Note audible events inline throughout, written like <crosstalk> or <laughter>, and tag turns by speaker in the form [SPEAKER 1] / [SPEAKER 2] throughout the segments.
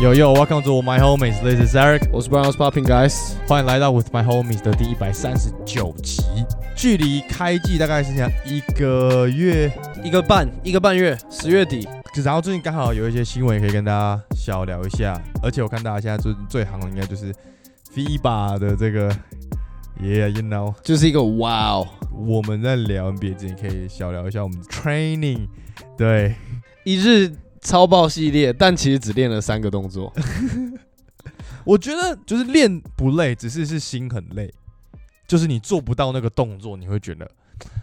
[SPEAKER 1] Yo Yo, welcome to my homies. This is Eric.
[SPEAKER 2] 我是 Brown's Popping Guys，
[SPEAKER 1] 欢迎来到 With My Homies 的第一百三十九集。距离开季大概剩下一个月，
[SPEAKER 2] 一个半一个半月，十月底，
[SPEAKER 1] 然后最近刚好有一些新闻也可以跟大家小聊一下。而且我看大家现在最最行的应该就是 FIBA 的这个，Yeah，you know，
[SPEAKER 2] 就是一个 Wow，
[SPEAKER 1] 我们在聊 NBA 之前可以小聊一下我们的 training。对，
[SPEAKER 2] 一日超爆系列，但其实只练了三个动 <laughs> 作。
[SPEAKER 1] 我觉得就是练不累，只是是心很累，就是你做不到那个动作，你会觉得，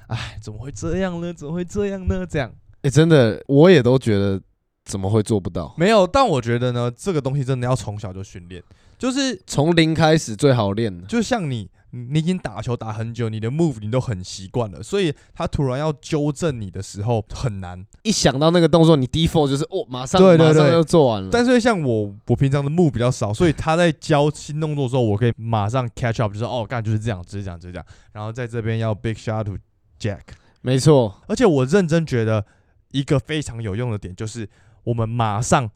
[SPEAKER 1] 哎，怎么会这样呢？怎么会这样呢？这样
[SPEAKER 2] 哎、真的，我也都觉得怎么会做不到？
[SPEAKER 1] 没有，但我觉得呢，这个东西真的要从小就训练，就是
[SPEAKER 2] 从零开始最好练了。
[SPEAKER 1] 就像你，你已经打球打很久，你的 move 你都很习惯了，所以他突然要纠正你的时候很难。
[SPEAKER 2] 一想到那个动作，你 default 就是哦，马上
[SPEAKER 1] 对对
[SPEAKER 2] 马上
[SPEAKER 1] 对
[SPEAKER 2] 就做完了。
[SPEAKER 1] 但是像我，我平常的 move 比较少，所以他在教新动作的时候，我可以马上 catch up，就是哦，干就是这样，就是这样，就是这样。然后在这边要 big shot to Jack。
[SPEAKER 2] 没错，
[SPEAKER 1] 而且我认真觉得一个非常有用的点就是，我们马上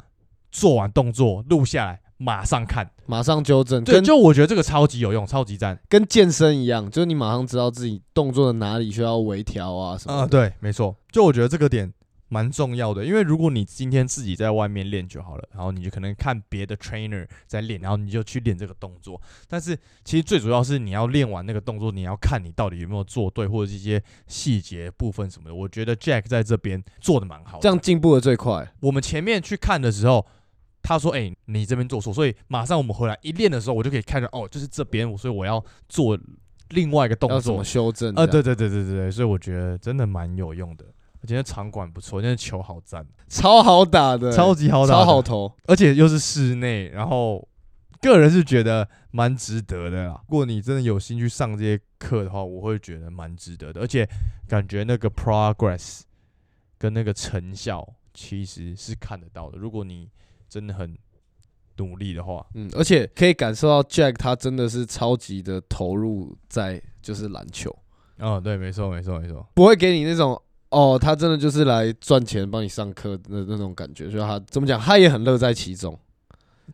[SPEAKER 1] 做完动作录下来，马上看。
[SPEAKER 2] 马上纠正，
[SPEAKER 1] 对，
[SPEAKER 2] 跟
[SPEAKER 1] 就我觉得这个超级有用，超级赞。
[SPEAKER 2] 跟健身一样，就是你马上知道自己动作的哪里需要微调啊什
[SPEAKER 1] 啊、
[SPEAKER 2] 么的。
[SPEAKER 1] 对，没呃错，就我觉得这个点蛮重要的，因为如果你今天自己在外面练就好了，然后你就可能看别的 trainer 在练，然后你就去练这个动作。但是其实最主要是你要练完那个动作，你要看你到底有没有做对，或者是一些细节部分什么的。我觉得 Jack 在这边做的蛮好的。
[SPEAKER 2] 这样进步的最快。
[SPEAKER 1] 我们前面去看的时候，他说：“哎、你这边做错。”所以马上我们回来一练的时候，我就可以看到哦，就是这边，所以我要做另外一个动
[SPEAKER 2] 要怎
[SPEAKER 1] 作
[SPEAKER 2] 么。修正？
[SPEAKER 1] 啊，对，对对对对对，所以我觉得真的蛮有用的。而且那场馆不错，那球好赞，
[SPEAKER 2] 超好打的，
[SPEAKER 1] 超级好打，
[SPEAKER 2] 超好，投。
[SPEAKER 1] 而且又是室内，然后个人是觉得蛮值得的啦。如果你真的有兴趣上这些课的话，我会觉得蛮值得的，而且感觉那个 progress 跟那个成效其实是看得到的。如果你真的很努力的话，
[SPEAKER 2] 嗯，而且可以感受到 Jack 他真的是超级的投入在就是篮球，
[SPEAKER 1] 嗯，对，没错，没错，没错。
[SPEAKER 2] 不会给你那种哦，他真的就是来赚钱帮你上课的那那种感觉，就他怎么讲，他也很乐在其中。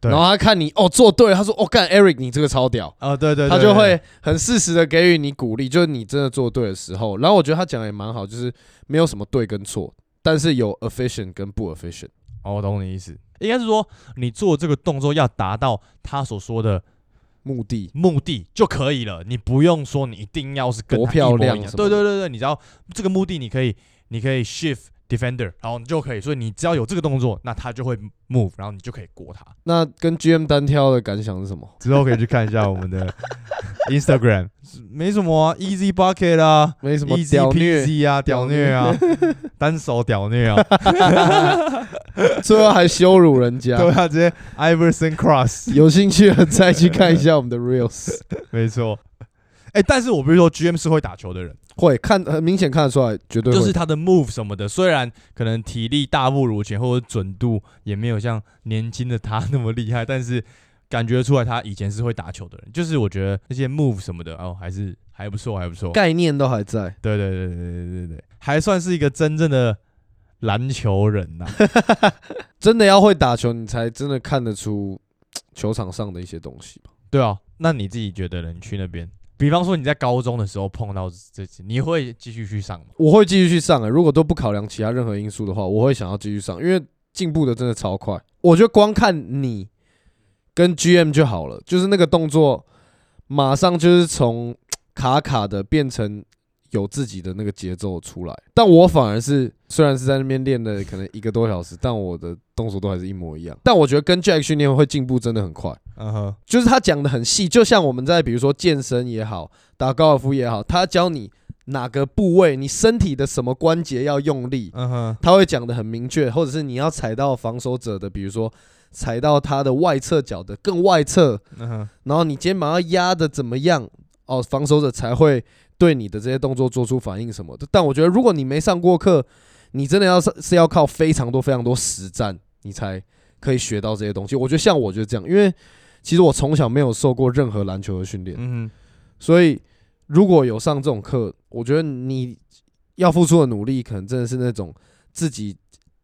[SPEAKER 1] 对
[SPEAKER 2] 然后他看你哦做对了，他说哦干 Eric 你这个超屌，
[SPEAKER 1] 啊，对对
[SPEAKER 2] 他就会很适时的给予你鼓励，就是你真的做对的时候。然后我觉得他讲的也蛮好，就是没有什么对跟错，但是有 efficient 跟不 efficient。
[SPEAKER 1] 哦，我懂你意思，应该是说你做这个动作要达到他所说的
[SPEAKER 2] 目的
[SPEAKER 1] 目的就可以了，你不用说你一定要是跟
[SPEAKER 2] 多
[SPEAKER 1] 他一模一
[SPEAKER 2] 漂亮
[SPEAKER 1] 样
[SPEAKER 2] 什么
[SPEAKER 1] 对对
[SPEAKER 2] 的
[SPEAKER 1] 对对，你只要这个目的，你可以你可以 shift defender，然后你就可以，所以你只要有这个动作，那他就会 move，然后你就可以过他。
[SPEAKER 2] 那跟 GM 单挑的感想是什么？
[SPEAKER 1] 之后可以去看一下我们 <laughs> 的 Instagram，没什么啊，Easy Bucket 啊
[SPEAKER 2] 没什么
[SPEAKER 1] ，Easy
[SPEAKER 2] 屌虐，
[SPEAKER 1] PZ 啊，屌虐啊，
[SPEAKER 2] <laughs>
[SPEAKER 1] 单手屌虐啊，
[SPEAKER 2] <laughs> 最后还羞辱人家。
[SPEAKER 1] 对啊，直接 Iverson Cross，
[SPEAKER 2] 有兴趣的再去看一下我们的 <laughs> Reels，
[SPEAKER 1] 没错。哎，但是我不是说 GM 是会打球的人。
[SPEAKER 2] 会看很明显看得出来，绝对会
[SPEAKER 1] 就是他的 move 什么的，虽然可能体力大不如前，或者准度也没有像年轻的他 <laughs> 那么厉害，但是感觉出来他以前是会打球的人。就是我觉得那些 move 什么的，哦，还是还不错，还不错。
[SPEAKER 2] 概念都还在。
[SPEAKER 1] 对对对对对对对，还算是一个真正的篮球人呐、 <laughs>
[SPEAKER 2] 真的要会打球，你才真的看得出嘖球场上的一些东西吧。
[SPEAKER 1] 对啊，那你自己觉得呢？你去那边，比方说你在高中的时候碰到这些，你会继续去上吗？
[SPEAKER 2] 我会继续去上、欸，如果都不考量其他任何因素的话，我会想要继续上，因为进步的真的超快。我觉得光看你跟 GM 就好了，就是那个动作，马上就是从嘖卡卡的变成有自己的那个节奏出来。但我反而是虽然是在那边练了可能一个多小时，但我的动作都还是一模一样。但我觉得跟 Jack 训练会进步真的很快。
[SPEAKER 1] 嗯哼，
[SPEAKER 2] 就是他讲的很细，就像我们在比如说健身也好，打高尔夫也好，他教你哪个部位，你身体的什么关节要用力，
[SPEAKER 1] 嗯哼，
[SPEAKER 2] 他会讲的很明确，或者是你要踩到防守者的，比如说踩到他的外侧脚的更外侧，
[SPEAKER 1] 嗯哼，
[SPEAKER 2] 然后你肩膀要压的怎么样，哦，防守者才会对你的这些动作做出反应什么的。但我觉得如果你没上过课，你真的要是是要靠非常多非常多实战，你才可以学到这些东西。我觉得像我就是这样，因为其实我从小没有受过任何篮球的训练，
[SPEAKER 1] 嗯哼，
[SPEAKER 2] 所以如果有上这种课，我觉得你要付出的努力，可能真的是那种自己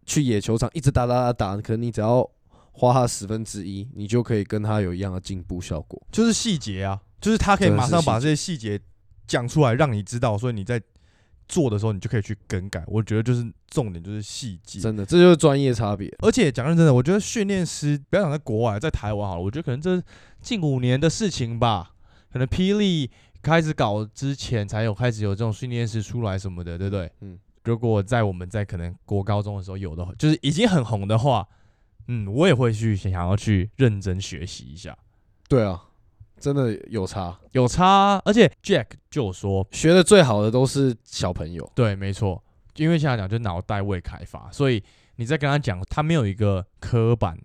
[SPEAKER 2] 去野球场一直打打打打，可能你只要花他十分之一，你就可以跟他有一样的进步效果。
[SPEAKER 1] 就是细节啊，就是他可以
[SPEAKER 2] 真的
[SPEAKER 1] 马
[SPEAKER 2] 是
[SPEAKER 1] 上
[SPEAKER 2] 细
[SPEAKER 1] 把这些细节讲出来，让你知道，所以你在做的时候，你就可以去更改。我觉得就是重点就是细节。
[SPEAKER 2] 真的，这就是专业差别。
[SPEAKER 1] 而且讲认真的，我觉得训练师不要讲在国外，在台湾好了，我觉得可能这近五年的事情吧，可能霹雳开始搞之前才有开始有这种训练师出来什么的，对不对？
[SPEAKER 2] 嗯，
[SPEAKER 1] 如果在我们在可能国高中的时候有的话，就是已经很红的话，嗯，我也会去想要去认真学习一下。
[SPEAKER 2] 对啊，真的有差。
[SPEAKER 1] 有差啊、而且 Jack 就有说，
[SPEAKER 2] 学的最好的都是小朋友，
[SPEAKER 1] 对，没错，因为现在讲就脑袋未开发，所以你在跟他讲，他没有一个刻板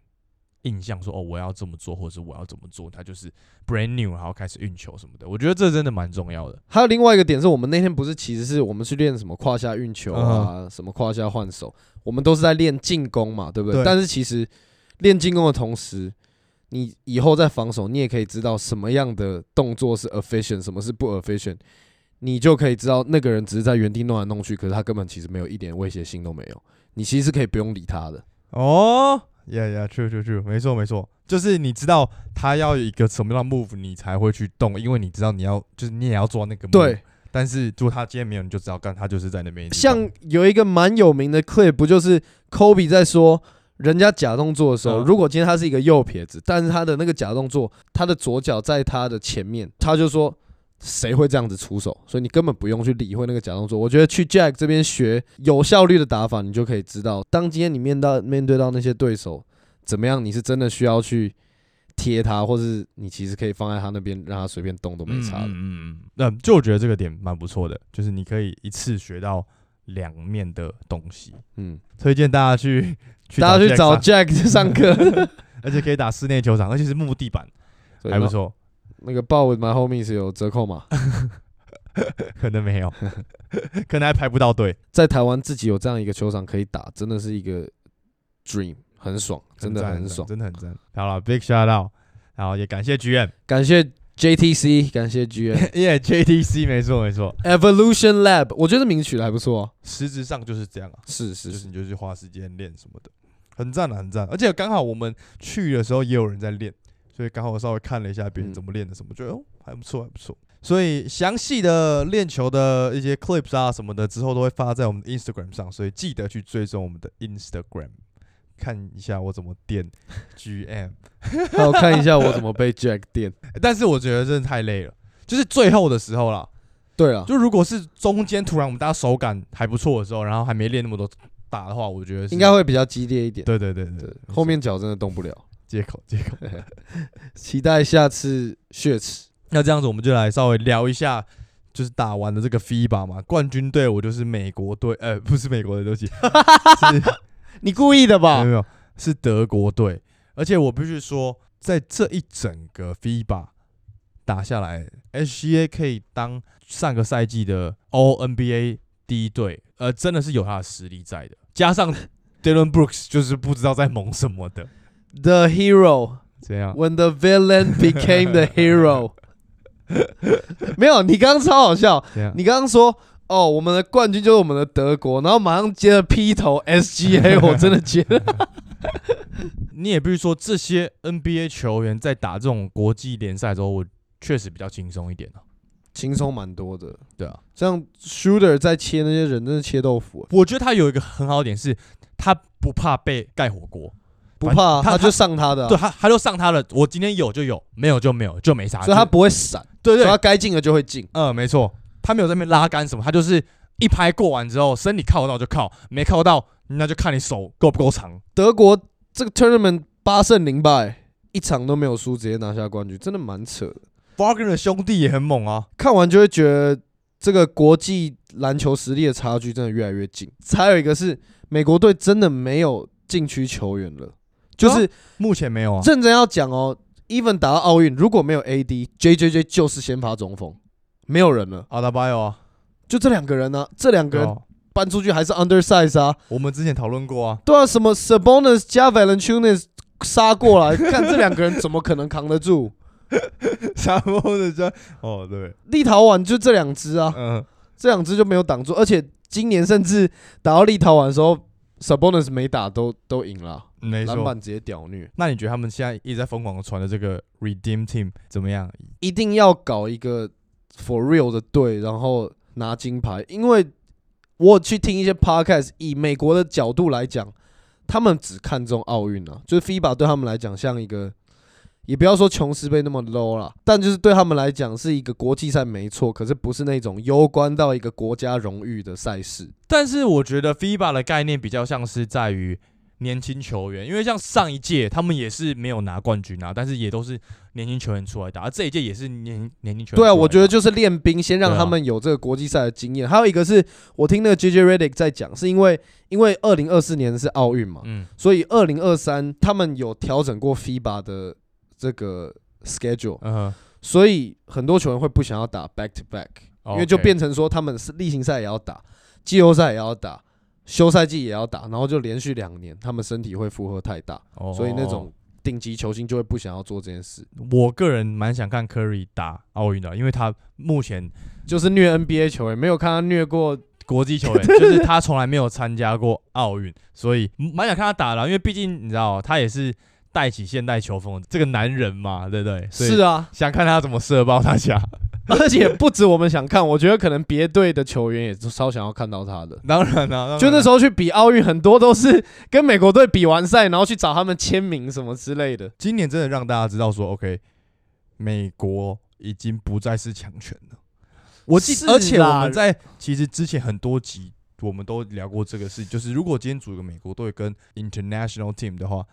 [SPEAKER 1] 印象说哦，我要这么做，或者是我要怎么做，他就是 brand new，然后开始运球什么的。我觉得这真的蛮重要的。
[SPEAKER 2] 还有另外一个点是我们那天不是，其实是我们去练什么胯下运球啊，什么胯下换手，我们都是在练进攻嘛，对不对？
[SPEAKER 1] 对
[SPEAKER 2] 但是其实练进攻的同时，你以后在防守，你也可以知道什么样的动作是 efficient，什么是不 efficient，你就可以知道那个人只是在原地弄来弄去，可是他根本其实没有一点威胁性都没有，你其实可以不用理他的。
[SPEAKER 1] 哦，yeah yeah，true true true，没错没错，就是你知道他要有一个什么样的 move，你才会去动，因为你知道你要就是你也要做那个 move。
[SPEAKER 2] 对，
[SPEAKER 1] 但是如果他今天没有，你就知道，干他就是在那边一直动
[SPEAKER 2] 像有一个蛮有名的 clip，不就是 Kobe 在说人家假动作的时候，
[SPEAKER 1] 嗯
[SPEAKER 2] 如果今天他是一个右撇子，但是他的那个假动作，他的左脚在他的前面，他就说谁会这样子出手，所以你根本不用去理会那个假动作。我觉得去 Jack 这边学有效率的打法，你就可以知道，当今天你面到面对到那些对手怎么样，你是真的需要去。贴他，或是你其实可以放在他那边，让他随便动都没差的。
[SPEAKER 1] 嗯嗯，那、就我觉得这个点蛮不错的，就是你可以一次学到两面的东西。
[SPEAKER 2] 嗯，
[SPEAKER 1] 推荐大家
[SPEAKER 2] <laughs>
[SPEAKER 1] 去去
[SPEAKER 2] 大家去找
[SPEAKER 1] Jack 上
[SPEAKER 2] Jack 上课，
[SPEAKER 1] <laughs> 而且可以打室内球场，而且是木地板，
[SPEAKER 2] 所以
[SPEAKER 1] 还不
[SPEAKER 2] 呢
[SPEAKER 1] 错。
[SPEAKER 2] 那个 Ball with my homies 有折扣
[SPEAKER 1] <laughs>
[SPEAKER 2] 码，
[SPEAKER 1] 可能没有， <laughs> 可能还排不到队，
[SPEAKER 2] 在台湾自己有这样一个球场可以打，真的是一个 dream，很爽， <laughs> 真的
[SPEAKER 1] 赞
[SPEAKER 2] 很
[SPEAKER 1] 赞
[SPEAKER 2] 爽。
[SPEAKER 1] 真的很赞。好了，Big shout out，然后也感谢
[SPEAKER 2] <laughs>
[SPEAKER 1] GM，
[SPEAKER 2] 感谢 JTC，感
[SPEAKER 1] <laughs>
[SPEAKER 2] 谢 GM
[SPEAKER 1] 耶、yeah,，JTC，没错没错，
[SPEAKER 2] Evolution Lab，我觉得名曲还不错、啊。
[SPEAKER 1] 实质上就是这样啊，
[SPEAKER 2] 是
[SPEAKER 1] 就是是
[SPEAKER 2] 是，
[SPEAKER 1] 你就去花时间练什么的，很赞啊，很赞。而且刚好我们去的时候也有人在练，所以刚好我稍微看了一下别人
[SPEAKER 2] 嗯
[SPEAKER 1] 怎么练的什么，觉得哦还不错，还不错。所以详细的练球的一些 clips 啊什么的，之后都会发在我们的 Instagram 上，所以记得去追踪我们的 Instagram，看一下我怎么
[SPEAKER 2] <laughs>
[SPEAKER 1] 垫 GM。
[SPEAKER 2] 还有看一下我怎么被 Jack 电。
[SPEAKER 1] 但是我觉得真的太累了，就是最后的时候啦，
[SPEAKER 2] 对啊，
[SPEAKER 1] 就如果是中间突然我们大家手感还不错的时候，然后还没练那么多打的话，我觉得是
[SPEAKER 2] 应该会比较激烈一点。
[SPEAKER 1] 对对对对
[SPEAKER 2] 对
[SPEAKER 1] 对，，
[SPEAKER 2] 后面脚真的动不了。
[SPEAKER 1] 借口借口。
[SPEAKER 2] 期待下次血池。
[SPEAKER 1] <laughs> 那这样子，我们就来稍微聊一下，就是打完的这个 FIBA 嘛，冠军队我就是美国队，呃， <laughs> 不是美国队，对不起，是
[SPEAKER 2] 你故意的
[SPEAKER 1] 没有
[SPEAKER 2] 吧
[SPEAKER 1] 没？有，是德国队。而且我必须说，在这一整个 FIBA 打下来，SGA 可以当上个赛季的 All NBA 第一队，呃，真的是有他的实力在的。加上 Dylan Brooks 就是不知道在猛什么的，
[SPEAKER 2] The hero
[SPEAKER 1] 这样
[SPEAKER 2] when the villain became the
[SPEAKER 1] <laughs>
[SPEAKER 2] hero 。没有，你刚刚超好笑。
[SPEAKER 1] 这样，
[SPEAKER 2] 你刚刚说哦，我们的冠军就是我们的德国，然后马上接了劈头 <laughs> SGA，我真的觉得
[SPEAKER 1] 你也必须说，这些 NBA 球员在打这种国际联赛之后，我确实比较轻松一点啊。
[SPEAKER 2] 轻松蛮多的。
[SPEAKER 1] 对啊，
[SPEAKER 2] 像 Shooter 在切那些人，真的切豆腐，
[SPEAKER 1] 我觉得他有一个很好的点是，他不怕被盖火锅，
[SPEAKER 2] 不怕
[SPEAKER 1] 他
[SPEAKER 2] 他就上他的啊、
[SPEAKER 1] 对他他就上他了。我今天有就有，没有就没有，就没啥。
[SPEAKER 2] 所以他
[SPEAKER 1] 就
[SPEAKER 2] 不会闪，
[SPEAKER 1] 对
[SPEAKER 2] 所以
[SPEAKER 1] 对
[SPEAKER 2] 他，该进的就会进。
[SPEAKER 1] 嗯，没错，他没有在那边拉杆什么，他就是一拍过完之后，身体靠到就靠，没靠到那就看你手够不够长。
[SPEAKER 2] 德国这个 tournament 八胜零败，一场都没有输，直接拿下冠军，真的蛮扯的。
[SPEAKER 1] Wagner 的兄弟也很猛啊，
[SPEAKER 2] 看完就会觉得这个国际篮球实力的差距真的越来越近。还有一个是美国队真的没有禁区球员了，就是
[SPEAKER 1] 啊目前没有啊，
[SPEAKER 2] 认真要讲哦，even 打到奥运，如果没有 AD，JJJ 就是先发中锋，没有人了，
[SPEAKER 1] 阿达巴有啊，
[SPEAKER 2] 就这两个人呢、啊，这两个人
[SPEAKER 1] 哦
[SPEAKER 2] 搬出去还是 undersize 啊，
[SPEAKER 1] 我们之前讨论过啊，
[SPEAKER 2] 对啊，什么 Sabonis 加 Valanciunas 杀过
[SPEAKER 1] <laughs>
[SPEAKER 2] 来，看这两个人怎么可能扛得住？
[SPEAKER 1] <laughs> 沙漠的家，哦对，
[SPEAKER 2] 立陶宛就这两支啊，
[SPEAKER 1] 嗯，
[SPEAKER 2] 这两支就没有挡住，而且今年甚至打到立陶宛的时候， Sabonis 没打都都赢了，啊
[SPEAKER 1] 没
[SPEAKER 2] 篮
[SPEAKER 1] 错。
[SPEAKER 2] 板直接屌虐。
[SPEAKER 1] 那你觉得他们现在一直在疯狂的传的这个 Redeem Team 怎么样？
[SPEAKER 2] 一定要搞一个 for real 的队，然后拿金牌。因为我有去听一些 podcast，以美国的角度来讲，他们只看重奥运啊，就是 FIBA 对他们来讲像一个，也不要说琼斯杯那么 low 啦，但就是对他们来讲是一个国际赛没错，可是不是那种攸关到一个国家荣誉的赛事。
[SPEAKER 1] 但是我觉得 FIBA 的概念比较像是在于年轻球员，因为像上一届他们也是没有拿冠军啊，但是也都是年轻球员出来打，而这一届也是年年轻球员出来
[SPEAKER 2] 对
[SPEAKER 1] 打。
[SPEAKER 2] 啊，我觉得就是练兵，先让
[SPEAKER 1] 对啊
[SPEAKER 2] 他们有这个国际赛的经验。还有一个是我听那个 J J Redick 在讲，是因为因为二零二四年是奥运嘛，
[SPEAKER 1] 嗯，
[SPEAKER 2] 所以二零二三他们有调整过 FIBA 的这个 schedule，
[SPEAKER 1] 嗯哼，
[SPEAKER 2] 所以很多球员会不想要打 back to back，因为就
[SPEAKER 1] 哦 OK
[SPEAKER 2] 变成说他们是例行赛也要打，季后赛也要打，休赛季也要打，然后就连续两年，他们身体会负荷太大，
[SPEAKER 1] 哦
[SPEAKER 2] 所以那种顶级球星就会不想要做这件事，
[SPEAKER 1] 我个人蛮想看 Curry 打奥运的，啊因为他目前
[SPEAKER 2] 就是虐 NBA 球员，没有看他虐过。
[SPEAKER 1] 国际球
[SPEAKER 2] <laughs>
[SPEAKER 1] 员，就是他从来没有参加过奥运，所以蛮想看他打的啊，因为毕竟你知道他也是带起现代球风的这个男人嘛，对不对？
[SPEAKER 2] 是
[SPEAKER 1] 啊，
[SPEAKER 2] 啊， <laughs>
[SPEAKER 1] 想看他怎么射爆大家。
[SPEAKER 2] 而且不止我们想看，我觉得可能别队的球员也都超想要看到他的。
[SPEAKER 1] 当然啦、啊，
[SPEAKER 2] 就那时
[SPEAKER 1] 候，
[SPEAKER 2] 候去比奥运，很多都是跟美国队比完赛，然后去找他们签名什么之类的。
[SPEAKER 1] 今年真的让大家知道说，OK，美国已经不再是强权了。我记，
[SPEAKER 2] 是啦
[SPEAKER 1] 而且我们在其实之前很多集我们都聊过这个事，就是如果今天组一个美国队跟 international team 的话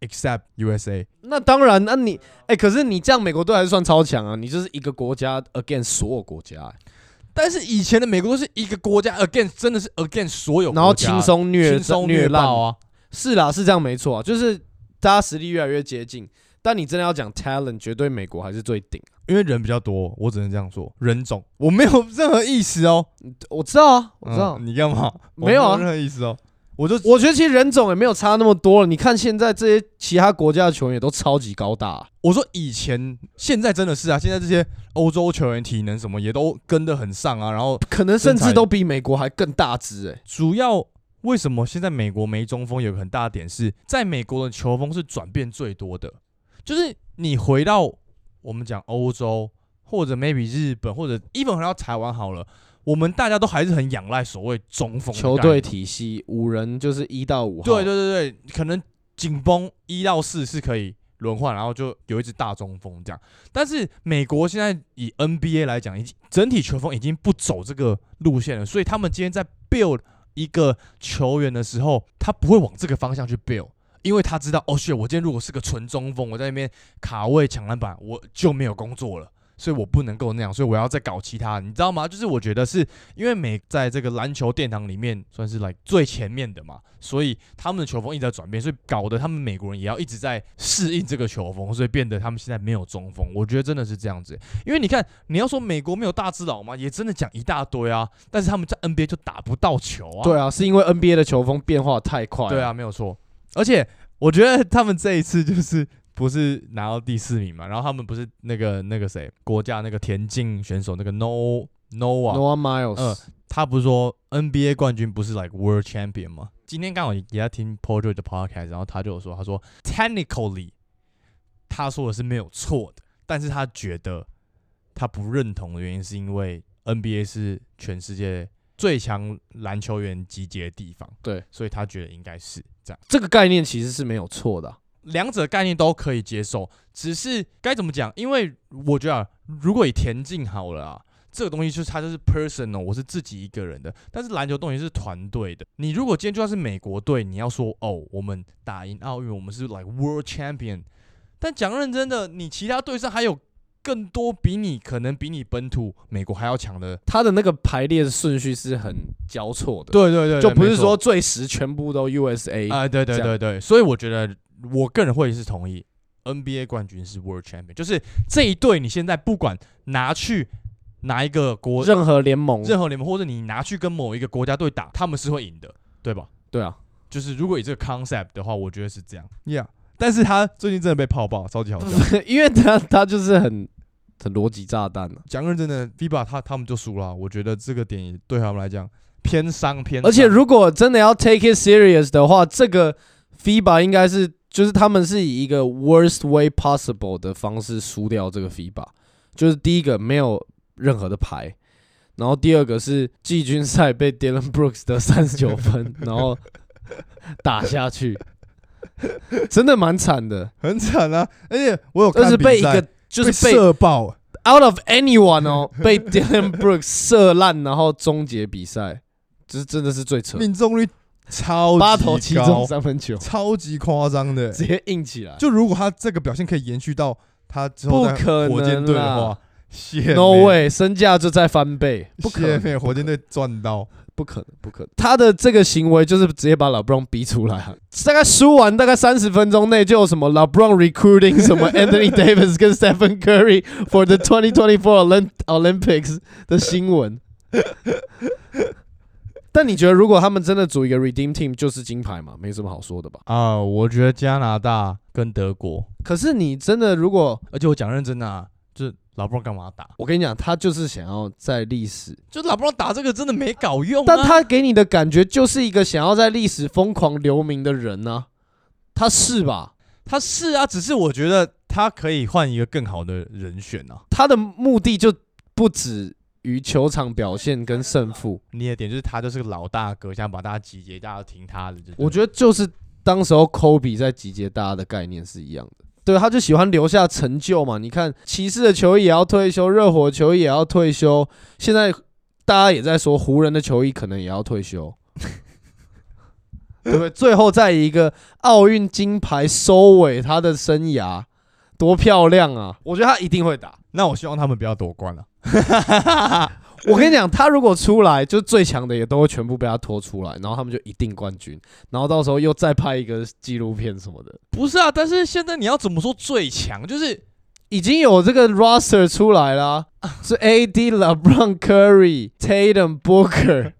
[SPEAKER 1] ，except USA，
[SPEAKER 2] 那当然，那你哎、可是你这样美国队还是算超强啊！你就是一个国家 against 所有国家、哎
[SPEAKER 1] 但是以前的美国是一个国家 against，真的是 against 所有国家，
[SPEAKER 2] 然后轻松虐
[SPEAKER 1] 轻松
[SPEAKER 2] 虐烂
[SPEAKER 1] 爆！啊。
[SPEAKER 2] 是啦，是这样没错、啊，就是大家实力越来越接近。但你真的要讲 talent，绝对美国还是最顶。啊
[SPEAKER 1] 因为人比较多，我只能这样说，人种我没有任何意思哦。
[SPEAKER 2] 我知道啊，我知道。
[SPEAKER 1] 嗯你干嘛？
[SPEAKER 2] <laughs> 没有啊
[SPEAKER 1] 我任何意思哦。我就
[SPEAKER 2] 我觉得其实人种也没有差那么多了。你看现在这些其他国家的球员也都超级高大啊、
[SPEAKER 1] 我说以前，现在真的是啊，现在这些欧洲球员体能什么也都跟得很上啊。然后
[SPEAKER 2] 可能甚
[SPEAKER 1] 身材
[SPEAKER 2] 至都比美国还更大只哎、
[SPEAKER 1] 主要为什么现在美国没中锋有个很大的点是，在美国的球风是转变最多的，就是你回到我们讲欧洲或者 maybe 日本或者 even 回到台湾好了，我们大家都还是很仰赖所谓中锋的
[SPEAKER 2] 球
[SPEAKER 1] 概念
[SPEAKER 2] 队体系五人就是一到五号，
[SPEAKER 1] 对对对对，可能紧绷一到四是可以轮换，然后就有一支大中锋这样。但是美国现在以 NBA 来讲，已经整体球风已经不走这个路线了，所以他们今天在 build 一个球员的时候，他不会往这个方向去 build。因为他知道，哦，shit，我今天如果是个纯中锋，我在那边卡位抢篮板，我就没有工作了，所以我不能够那样，所以我要再搞其他，你知道吗？就是我觉得是因为美在这个篮球殿堂里面算是 like 最前面的嘛，所以他们的球风一直在转变，所以搞得他们美国人也要一直在适应这个球风，所以变得他们现在没有中锋。我觉得真的是这样子，因为你看，你要说美国没有大智佬嘛，也真的讲一大堆啊，但是他们在 NBA 就打不到球啊。
[SPEAKER 2] 对啊，是因为 NBA 的球风变化太快，
[SPEAKER 1] 对啊，，没有错。而且我觉得他们这一次就是不是拿到第四名嘛，然后他们不是那个那个谁国家那个田径选手那个 No No 啊
[SPEAKER 2] Noah Miles，、
[SPEAKER 1] 嗯他不是说 NBA 冠军不是 like World Champion 吗？今天刚好也在听 Porter 的 podcast，然后他就有说，他说 technically 他说的是没有错的，但是他觉得他不认同的原因是因为 NBA 是全世界最强篮球员集结的地方，
[SPEAKER 2] 对，
[SPEAKER 1] 所以他觉得应该是这样，
[SPEAKER 2] 这个概念其实是没有错的啊、
[SPEAKER 1] 两者概念都可以接受，只是该怎么讲？因为我觉得、啊、如果以田径好了啊，这个东西就是它就是 personal，我是自己一个人的。但是篮球东西是团队的。你如果今天就算是美国队，你要说哦，我们打赢奥运，我们是 like world champion，但讲认真的，你其他队上还有更多比你可能比你本土美国还要强的。
[SPEAKER 2] 他的那个排列顺序是很交错的，
[SPEAKER 1] 对对对
[SPEAKER 2] 就不是说最实全部都 USA，、
[SPEAKER 1] 啊、对对
[SPEAKER 2] 这
[SPEAKER 1] 对
[SPEAKER 2] 样
[SPEAKER 1] 对，所以我觉得我个人会是同意 NBA 冠军是 World Champion，就是这一队你现在不管拿去哪一个国
[SPEAKER 2] 任何联盟，
[SPEAKER 1] 任何联盟，或者你拿去跟某一个国家队打，他们是会赢的，对吧？
[SPEAKER 2] 对啊， <laughs>
[SPEAKER 1] 就是如果以这个 concept 的话，我觉得是这样。Yeah，但是他最近真的被泡爆，超级好笑。 <laughs>
[SPEAKER 2] 因为他他就是很很逻辑炸弹、啊、
[SPEAKER 1] 讲认真的，FIBA 他他们就输了啊、我觉得这个点也对他们来讲偏伤偏伤。
[SPEAKER 2] 而且如果真的要 take it serious 的话，这个 FIBA 应该是就是他们是以一个 worst way possible 的方式输掉这个 FIBA，就是第一个没有任何的牌，然后第二个是季军赛被 Dylan Brooks 得 <laughs> 三十九分，然后打下去，真的蛮惨的，
[SPEAKER 1] 很惨啊，而且我有看
[SPEAKER 2] 但是
[SPEAKER 1] 比
[SPEAKER 2] 被一
[SPEAKER 1] 赛
[SPEAKER 2] 个。就是
[SPEAKER 1] 被
[SPEAKER 2] 被
[SPEAKER 1] 射爆，
[SPEAKER 2] out of anyone 哦，被 Dylan Brooks 射烂，然后终结比赛，这真的是最扯的。
[SPEAKER 1] 命中率超级
[SPEAKER 2] 八投七中
[SPEAKER 1] 高
[SPEAKER 2] 三分球，
[SPEAKER 1] 超级夸张的、
[SPEAKER 2] <laughs> 直接硬起来，
[SPEAKER 1] 就如果他这个表现可以延续到他之后
[SPEAKER 2] 不
[SPEAKER 1] 在
[SPEAKER 2] 可能
[SPEAKER 1] 火箭队的
[SPEAKER 2] 啦
[SPEAKER 1] 话，谢
[SPEAKER 2] no
[SPEAKER 1] 妹
[SPEAKER 2] way，身价就再翻倍，不可
[SPEAKER 1] 谢
[SPEAKER 2] 能，
[SPEAKER 1] 妹火箭队赚到，
[SPEAKER 2] 不可能，不可能。他的这个行为就是直接把老 b r o n 逼出来啊！大概输完大概三十分钟内就有什么老 b r o n recruiting 什么 <laughs> Anthony Davis 跟 Stephen Curry for the 2024 Olymp Olympics 的新闻。但你觉得，如果他们真的组一个 redeem team，就是金牌嘛，没什么好说的吧？
[SPEAKER 1] 啊、我觉得加拿大跟德国，
[SPEAKER 2] 可是你真的，如果
[SPEAKER 1] 而且我讲认真的、啊，就是老布朗干嘛打？
[SPEAKER 2] 我跟你讲，他就是想要在历史
[SPEAKER 1] 就老布朗打这个真的没搞用、啊。
[SPEAKER 2] 但他给你的感觉就是一个想要在历史疯狂留名的人呢、他是吧？
[SPEAKER 1] 他是啊，只是我觉得他可以换一个更好的人选啊。
[SPEAKER 2] 他的目的就不止于球场表现跟胜负，
[SPEAKER 1] 你的点就是他就是个老大哥，想把大家集结，大家听他的。
[SPEAKER 2] 我觉得就是当时候科比在集结大家的概念是一样的。对，他就喜欢留下成就嘛。你看，骑士的球衣也要退休，热火球衣也要退休，现在大家也在说湖人的球衣可能也要退 <laughs> 休，对不对？最后在一个奥运金牌收尾他的生涯，多漂亮啊！我觉得他一定会打。
[SPEAKER 1] 那我希望他们不要夺冠了、啊
[SPEAKER 2] 我跟你讲，他如果出来，就最强的也都会全部被他拖出来，然后他们就一定冠军，然后到时候又再拍一个纪录片什么的。
[SPEAKER 1] 不是啊，但是现在你要怎么说最强？就是
[SPEAKER 2] 已经有这个 roster 出来啦，是 AD、LeBron、Curry、Tatum、Booker，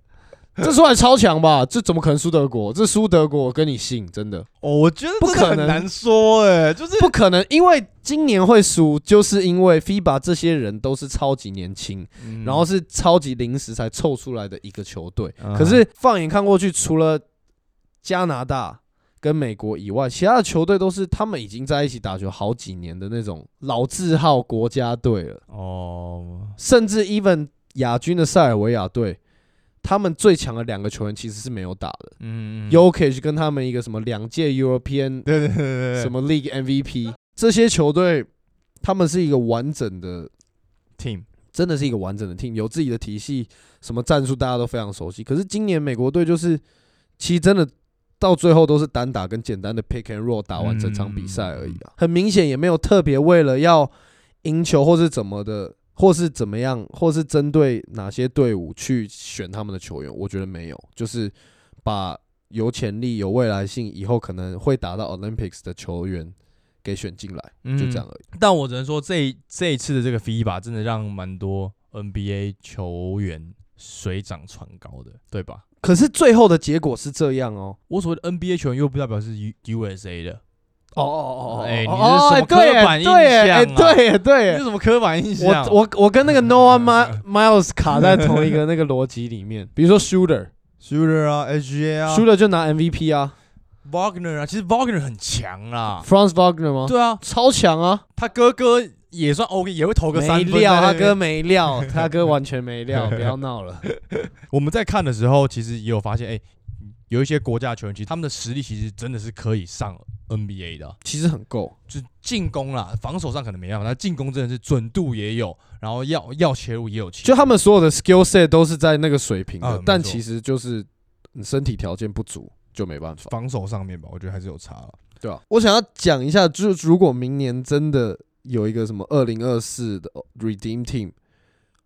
[SPEAKER 2] 这出来超强吧？这怎么可能输德国？这输德国，我跟你信，真的
[SPEAKER 1] 哦，我觉得
[SPEAKER 2] 不
[SPEAKER 1] 真
[SPEAKER 2] 可
[SPEAKER 1] 的很
[SPEAKER 2] 能
[SPEAKER 1] 难说哎、就是
[SPEAKER 2] 不可能，因为今年会输，就是因为 FIBA 这些人都是超级年轻，
[SPEAKER 1] 嗯
[SPEAKER 2] 然后是超级临时才凑出来的一个球队。
[SPEAKER 1] 嗯
[SPEAKER 2] 可是放眼看过去，除了加拿大跟美国以外，其他的球队都是他们已经在一起打球好几年的那种老字号国家队了。
[SPEAKER 1] 哦，
[SPEAKER 2] 甚至 even 亚军的塞尔维亚队，他们最强的两个球员其实是没有打的。
[SPEAKER 1] 嗯，
[SPEAKER 2] u k 跟他们一个什么两届 European
[SPEAKER 1] 对对对对对，
[SPEAKER 2] 什么 League MVP，这些球队他们是一个完整的，
[SPEAKER 1] team？
[SPEAKER 2] 真的是一个完整的 team，有自己的体系，什么战术大家都非常熟悉。可是今年美国队就是，其实真的。到最后都是单打跟简单的 pick and roll 打完整场比赛而已啊，很明显也没有特别为了要赢球或是怎么的，或是怎么样，或是针对哪些队伍去选他们的球员，我觉得没有，就是把有潜力、有未来性、以后可能会打到 Olympics 的球员给选进来，就这样而已。
[SPEAKER 1] 嗯但我只能说这一这一次的这个 FIBA 真的让蛮多 NBA 球员水涨船高的，对吧？
[SPEAKER 2] 可是最后的结果是这样哦。
[SPEAKER 1] 我所谓的 NBA 球员又不代表是 U USA 的，
[SPEAKER 2] 哦哦哦哦，
[SPEAKER 1] 哎你是
[SPEAKER 2] 哦
[SPEAKER 1] 什么
[SPEAKER 2] 哎对耶
[SPEAKER 1] 刻板印
[SPEAKER 2] 对
[SPEAKER 1] 象
[SPEAKER 2] 耶哎
[SPEAKER 1] 啊
[SPEAKER 2] 对耶对
[SPEAKER 1] 这
[SPEAKER 2] 耶
[SPEAKER 1] 是什么刻板印象？
[SPEAKER 2] 我我我跟那个
[SPEAKER 1] <laughs>
[SPEAKER 2] Noah Mi- Miles 卡在同一个那个逻辑里面。比如说
[SPEAKER 1] <laughs>
[SPEAKER 2] Shooter，Shooter
[SPEAKER 1] Shooter 啊，HA 啊
[SPEAKER 2] 就拿 MVP 啊
[SPEAKER 1] ，Wagner 啊，其实 Wagner 很强啦。
[SPEAKER 2] ，Franz Wagner 吗？
[SPEAKER 1] 啊对啊，
[SPEAKER 2] 超强啊！
[SPEAKER 1] 他哥哥也算 OK，也会投个
[SPEAKER 2] 没
[SPEAKER 1] 三分。
[SPEAKER 2] 料，他
[SPEAKER 1] 在那边
[SPEAKER 2] 哥没料，他哥完全
[SPEAKER 1] <laughs>
[SPEAKER 2] 没料，不要闹了。
[SPEAKER 1] 我们在看的时候，其实也有发现，哎、有一些国家球员，其实他们的实力其实真的是可以上 NBA 的啊，
[SPEAKER 2] 其实很
[SPEAKER 1] <laughs>
[SPEAKER 2] 够，
[SPEAKER 1] 就是进攻啦，防守上可能没办法，但进攻真的是准度也有，然后要要切入也有切入
[SPEAKER 2] 就他们所有的 skill set 都是在那个水平
[SPEAKER 1] 啊
[SPEAKER 2] 的
[SPEAKER 1] 没，
[SPEAKER 2] 但
[SPEAKER 1] 错
[SPEAKER 2] 其实就是你身体条件不足就没办法，
[SPEAKER 1] 防守上面吧，我觉得还是有差了。
[SPEAKER 2] 对啊，我想要讲一下，就是如果明年真的有一个什么二零二四的 redeem team，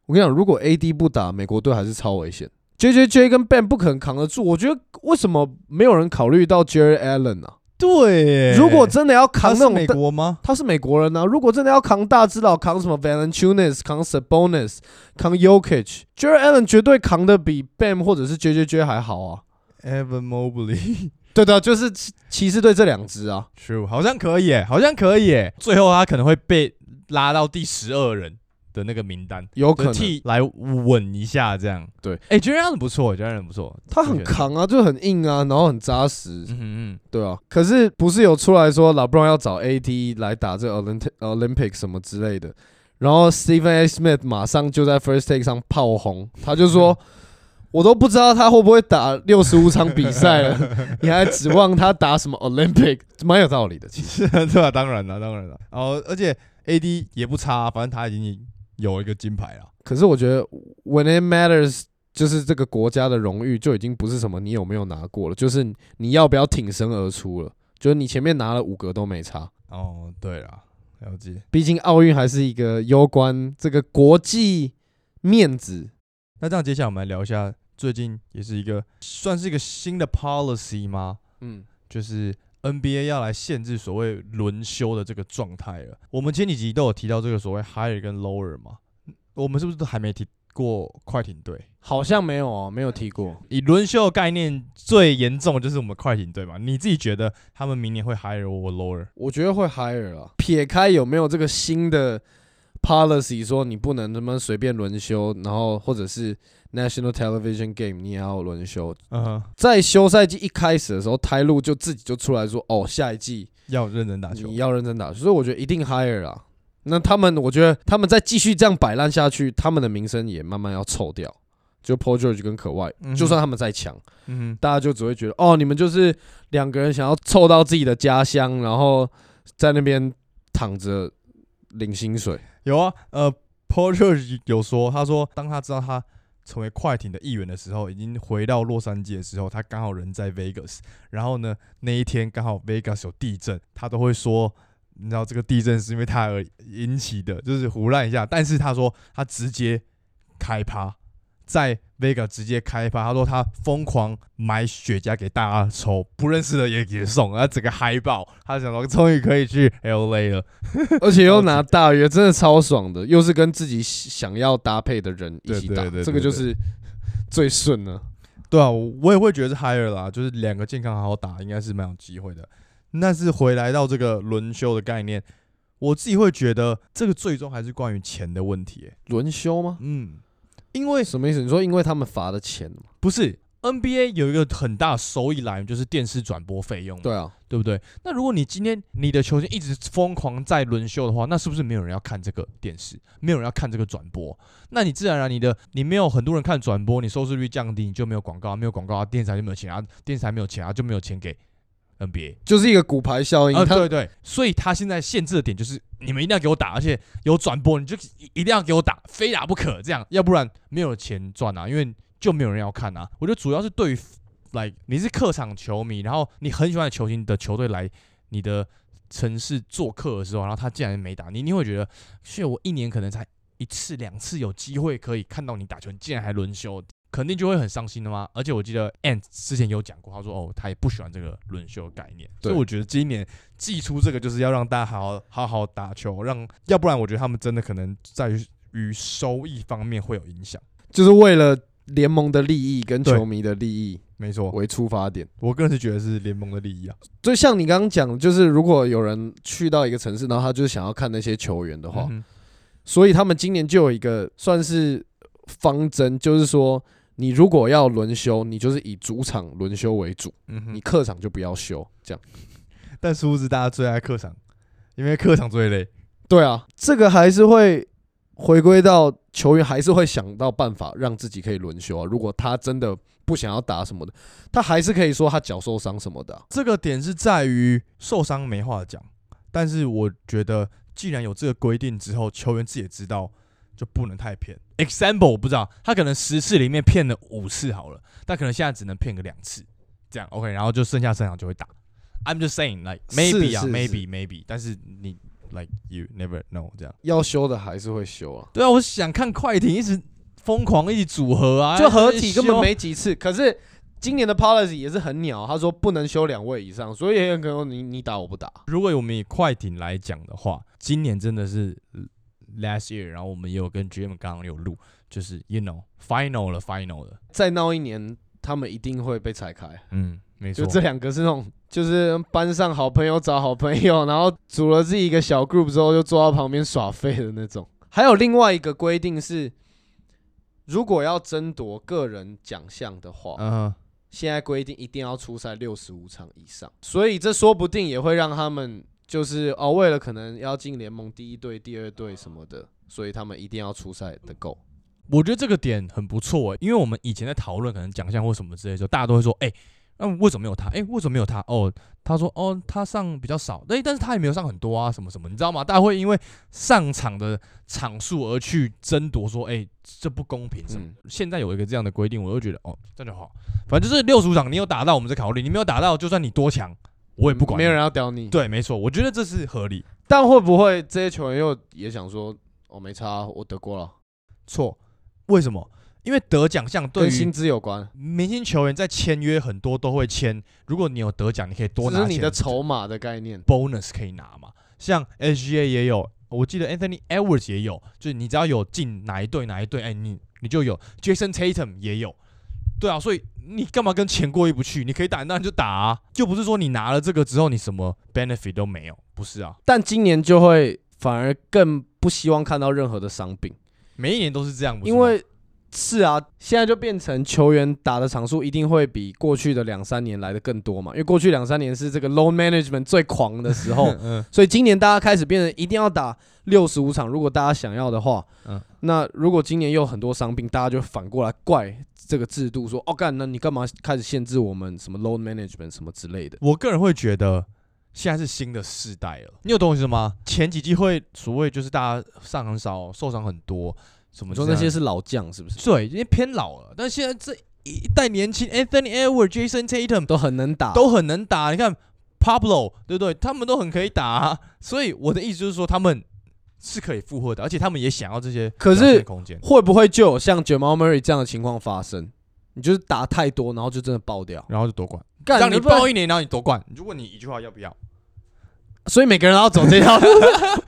[SPEAKER 2] 我跟你讲，如果 AD 不打，美国队还是超危险。J J J 跟 Ben 不可能扛得住，我觉得为什么没有人考虑到 Jerry Allen 啊？
[SPEAKER 1] 对
[SPEAKER 2] 如果真的要扛那种
[SPEAKER 1] 美
[SPEAKER 2] 大
[SPEAKER 1] 国吗？
[SPEAKER 2] 他是美国人啊呐、如果真的要扛大只佬，扛什么 Valanciunas、扛 Sabonis、扛 Yokich、Jared Allen，绝对扛的比 Bam 或者是 JJJ 还好啊。
[SPEAKER 1] Evan <laughs> Mobley
[SPEAKER 2] 对的，就是骑骑士队这两支啊。
[SPEAKER 1] true，好像可以耶，好像可以耶。最后他可能会被拉到第十二人，的那个名单，
[SPEAKER 2] 有
[SPEAKER 1] 就
[SPEAKER 2] 可能啊
[SPEAKER 1] 替来稳一下这样。
[SPEAKER 2] 对，
[SPEAKER 1] 哎、觉得他很不错，觉得他很不错，
[SPEAKER 2] 他
[SPEAKER 1] 的
[SPEAKER 2] 很
[SPEAKER 1] 确是，
[SPEAKER 2] 扛啊，就很硬啊，然后很扎实，
[SPEAKER 1] 嗯嗯
[SPEAKER 2] 对啊。可是不是有出来说老布朗要找 AD 来打这 Olympic Olympic 什么之类的，然后 Stephen A. Smith 马上就在 First Take 上炮轰，他就说。我都不知道他会不会打六十五场比赛了，你还指望他打什么 Olympic？蛮有道理的，其实。
[SPEAKER 1] 嗯， <laughs> 对吧、当然了，当然了。然后而且 AD 也不差、啊反正他已经有一个金牌了。
[SPEAKER 2] 可是我觉得 when it matters，就是这个国家的荣誉就已经不是什么你有没有拿过了，就是你要不要挺身而出了。就是你前面拿了五个都没差，
[SPEAKER 1] 哦，对了，了解。
[SPEAKER 2] 毕竟奥运还是一个攸关这个国际面子。
[SPEAKER 1] 那这样接下来我们来聊一下，最近也是一个算是一个新的 policy 吗？
[SPEAKER 2] 嗯，
[SPEAKER 1] 就是 NBA 要来限制所谓轮休的这个状态了。我们前几集都有提到这个所谓 higher 跟 lower 嘛，我们是不是都还没提过快艇队？
[SPEAKER 2] 好像没有哦，没有提过。
[SPEAKER 1] 以轮休的概念最严重的就是我们快艇队嘛，你自己觉得他们明年会 higher 或 lower？
[SPEAKER 2] 我觉得会 higher 啊，撇开有没有这个新的 policy 说你不能他妈随便轮休，然后或者是 national television game 你也要轮休，
[SPEAKER 1] 嗯哼，
[SPEAKER 2] 在休赛季一开始的时候，泰路就自己就出来说：“哦，下一季
[SPEAKER 1] 要认真打球
[SPEAKER 2] 你。要认真打。”所以我觉得一定 higher 啊。那他们，我觉得他们再继续这样摆烂下去，他们的名声也慢慢要臭掉。就 Paul George 跟可外
[SPEAKER 1] 嗯哼，
[SPEAKER 2] 就算他们再强，
[SPEAKER 1] 嗯
[SPEAKER 2] 大家就只会觉得哦，你们就是两个人想要凑到自己的家乡，然后在那边躺着领
[SPEAKER 1] <laughs>
[SPEAKER 2] 薪水。
[SPEAKER 1] 哼，有啊，呃 p o r g e 有说，他说当他知道他成为快艇的一员的时候，已经回到洛杉矶的时候，他刚好人在 Vegas，然后呢那一天刚好 Vegas 有地震，他都会说。你知道这个地震是因为他而引起的，就是胡乱一下。但是他说他直接开趴，在 Vega 直接开趴。他说他疯狂买雪茄给大家抽，不认识的也也送，他整个嗨爆。他想说终于可以去 LA 了，
[SPEAKER 2] 而且又拿大约，真的超爽的，又是跟自己想要搭配的人一起打
[SPEAKER 1] 对对对，对
[SPEAKER 2] 这个就是最顺了。
[SPEAKER 1] 对啊，我我也会觉得是 higher 啦，就是两个健康好好打，应该是蛮有机会的。但是回来到这个轮休的概念，我自己会觉得这个最终还是关于钱的问题、欸
[SPEAKER 2] 轮休吗？
[SPEAKER 1] 嗯，因为
[SPEAKER 2] 什么意思？你说因为他们罚的钱吗？
[SPEAKER 1] 不是 NBA 有一个很大的收益来源就是电视转播费用嘛，
[SPEAKER 2] 对啊，
[SPEAKER 1] 对不对？那如果你今天你的球星一直疯狂在轮休的话，那是不是没有人要看这个电视，没有人要看这个转播？那你自然而然你的你没有很多人看转播，你收视率降低，你就没有广告，没有广告啊，电视台就没有钱啊，电视台没有钱啊，就没有钱给 NBA
[SPEAKER 2] 就是一个骨牌效应。
[SPEAKER 1] 啊，
[SPEAKER 2] 他
[SPEAKER 1] 对对，所以他现在限制的点就是你们一定要给我打，而且有转播你就一一定要给我打，非打不可，这样要不然没有钱赚啊，因为就没有人要看啊。我觉得主要是对于，like 你是客场球迷，然后你很喜欢的球星的球队来你的城市做客的时候，然后他竟然没打，你你会觉得，是我一年可能才一次两次有机会可以看到你打球，你竟然还轮休。肯定就会很伤心的嘛。而且我记得 Ant 之前有讲过，他说哦，他也不喜欢这个轮休概念，
[SPEAKER 2] 对
[SPEAKER 1] 所以我觉得今年寄出这个就是要让大家好好好好打球，让要不然我觉得他们真的可能在于于收益方面会有影响。
[SPEAKER 2] 就是为了联盟的利益跟
[SPEAKER 1] 对
[SPEAKER 2] 球迷的利益
[SPEAKER 1] 没错，
[SPEAKER 2] 为出发点。
[SPEAKER 1] 我个人是觉得是联盟的利益啊。
[SPEAKER 2] 就像你刚刚讲的，就是如果有人去到一个城市，然后他就是想要看那些球员的话，
[SPEAKER 1] 嗯
[SPEAKER 2] 所以他们今年就有一个算是方针，就是说，你如果要轮休，你就是以主场轮休为主，
[SPEAKER 1] 嗯哼，
[SPEAKER 2] 你客场就不要休。这样
[SPEAKER 1] 但殊不知大家最爱客场，因为客场最累。
[SPEAKER 2] 对啊，这个还是会回归到球员还是会想到办法让自己可以轮休啊。如果他真的不想要打什么的，他还是可以说他脚受伤什么的啊、
[SPEAKER 1] 这个点是在于受伤没话讲，但是我觉得既然有这个规定之后，球员自己也知道就不能太骗。Example 我不知道，他可能十次里面骗了五次好了，但可能现在只能骗个两次，这样 OK，然后就剩下三场就会打。I'm just saying like
[SPEAKER 2] 是
[SPEAKER 1] maybe 啊
[SPEAKER 2] 是是
[SPEAKER 1] maybe maybe，但是你 like you never know 这样。
[SPEAKER 2] 要休的还是会休啊。
[SPEAKER 1] 对啊，我想看快艇一直疯狂一起组合啊，
[SPEAKER 2] 就合体根本
[SPEAKER 1] 修
[SPEAKER 2] 没几次。可是今年的 policy 也是很鸟，他说不能休两位以上，所以也有可能你你打我不打。
[SPEAKER 1] 如果我们以快艇来讲的话，今年真的是呃 last year，然后我们也有跟 GM 刚刚有录，就是 you know final 了 final 了，
[SPEAKER 2] 再闹一年，他们一定会被裁开。
[SPEAKER 1] 嗯，没错
[SPEAKER 2] 就，这两个是那种，就是班上好朋友找好朋友，然后组了自己一个小 group 之后，就坐到旁边耍废的那种。还有另外一个规定是，如果要争夺个人奖项的话，
[SPEAKER 1] 嗯哼，
[SPEAKER 2] 现在规定一定要出赛六十五场以上，所以这说不定也会让他们就是哦，为了可能要进联盟第一队、第二队什么的，所以他们一定要出赛的够。
[SPEAKER 1] 我觉得这个点很不错、欸，因为我们以前在讨论可能奖项或什么之类的时候，大家都会说，哎、那、为什么没有他？哎、为什么没有他？哦，他说，哦，他上比较少，对，但是他也没有上很多啊，什么什么，你知道吗？大家会因为上场的场数而去争夺，说，哎、这不公平什么？
[SPEAKER 2] 嗯，
[SPEAKER 1] 现在有一个这样的规定，我就觉得，哦，这样就好，反正就是六十五场，你有打到我们再考虑，你没有打到，就算你多强，我也不管你。
[SPEAKER 2] 没有人要啊屌你。
[SPEAKER 1] 对，没错，我觉得这是合理。
[SPEAKER 2] 但会不会这些球员又也想说，哦，没差啊，我得过了，
[SPEAKER 1] 错，为什么？因为得奖项对
[SPEAKER 2] 跟
[SPEAKER 1] 于
[SPEAKER 2] 薪资有关，
[SPEAKER 1] 明星球员在签约很多都会签，如果你有得奖，你可以多
[SPEAKER 2] 只
[SPEAKER 1] 拿
[SPEAKER 2] 是
[SPEAKER 1] 钱
[SPEAKER 2] 你的筹码的概念。
[SPEAKER 1] bonus 可以拿嘛。像 SGA 也有，我记得 Anthony Edwards 也有，就是你只要有进哪一队哪一队，哎、你你就有。Jason Tatum 也有，对啊，所以你干嘛跟钱过意不去？你可以打，那你就打啊，就不是说你拿了这个之后你什么 benefit 都没有，不是啊，
[SPEAKER 2] 但今年就会反而更不希望看到任何的伤病，
[SPEAKER 1] 每一年都是这样，不是
[SPEAKER 2] 因
[SPEAKER 1] 吗，
[SPEAKER 2] 为是啊，现在就变成球员打的场数一定会比过去的两三年来的更多嘛，因为过去两三年是这个 loan management 最狂的时 <laughs> 候
[SPEAKER 1] 嗯
[SPEAKER 2] 所以今年大家开始变成一定要打六十五场，如果大家想要的话，
[SPEAKER 1] 嗯
[SPEAKER 2] 那如果今年又有很多伤病，大家就反过来怪这个制度说，哦干，那你干嘛开始限制我们什么 loan management 什么之类的？
[SPEAKER 1] 我个人会觉得现在是新的世代了，你有懂我意思吗？前几季会所谓就是大家上很少，受伤很多，什么
[SPEAKER 2] 你说
[SPEAKER 1] 这
[SPEAKER 2] 那
[SPEAKER 1] 样
[SPEAKER 2] 些是老将是不是？
[SPEAKER 1] 对，因为偏老了，但现在这一代年轻，Anthony Edwards、Jason Tatum
[SPEAKER 2] 都很能打，
[SPEAKER 1] 都很能打，你看 Pablo 对不对？他们都很可以打、啊，所以我的意思就是说他们是可以负荷的，而且他们也想要这些
[SPEAKER 2] 可
[SPEAKER 1] 表现
[SPEAKER 2] 是
[SPEAKER 1] 的空间。
[SPEAKER 2] 会不会就有像 Jamal Murray 这样的情况发生？你就是打太多，然后就真的爆掉，
[SPEAKER 1] 然后就夺冠，
[SPEAKER 2] 干
[SPEAKER 1] 让你
[SPEAKER 2] 不然
[SPEAKER 1] 爆一年，然后你夺冠。如果你一句话要不要？
[SPEAKER 2] 所以每个人都要走这 <laughs> 条路，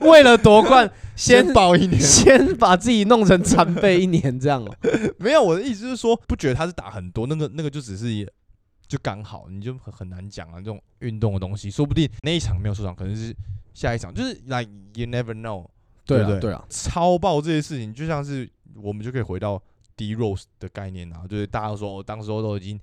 [SPEAKER 2] 为了夺冠，先
[SPEAKER 1] 爆一年
[SPEAKER 2] 先把自己弄成残废一年这样哦。
[SPEAKER 1] <laughs> 没有，我的意思是说，不觉得他是打很多，那个那个就只是一就刚好，你就很很难讲啊。这种运动的东西，说不定那一场没有受伤，可能是下一场，就是 like you never know。
[SPEAKER 2] 对
[SPEAKER 1] 对
[SPEAKER 2] 啊，
[SPEAKER 1] 不对
[SPEAKER 2] 对啊，
[SPEAKER 1] 超爆这些事情，就像是我们就可以回到 D Rose 的概念啊，就是大家都说我、哦当时候都已经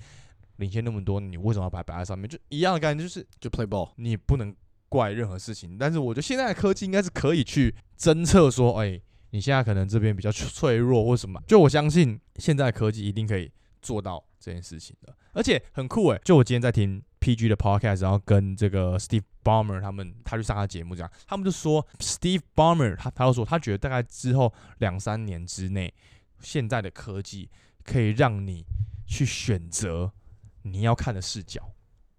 [SPEAKER 1] 领先那么多，你为什么要摆摆在上面？就一样的概念，就是
[SPEAKER 2] 就 play ball。
[SPEAKER 1] 你不能怪任何事情。但是我觉得现在的科技应该是可以去侦测说，哎、你现在可能这边比较脆弱或什么。就我相信现在的科技一定可以做到这件事情的，而且很酷哎、就我今天在听 PG 的 podcast，然后跟这个 Steve Ballmer 他们，他去上他节目这样，他们就说 Steve Ballmer 他他就说他觉得大概之后两三年之内，现在的科技可以让你去选择你要看的视角。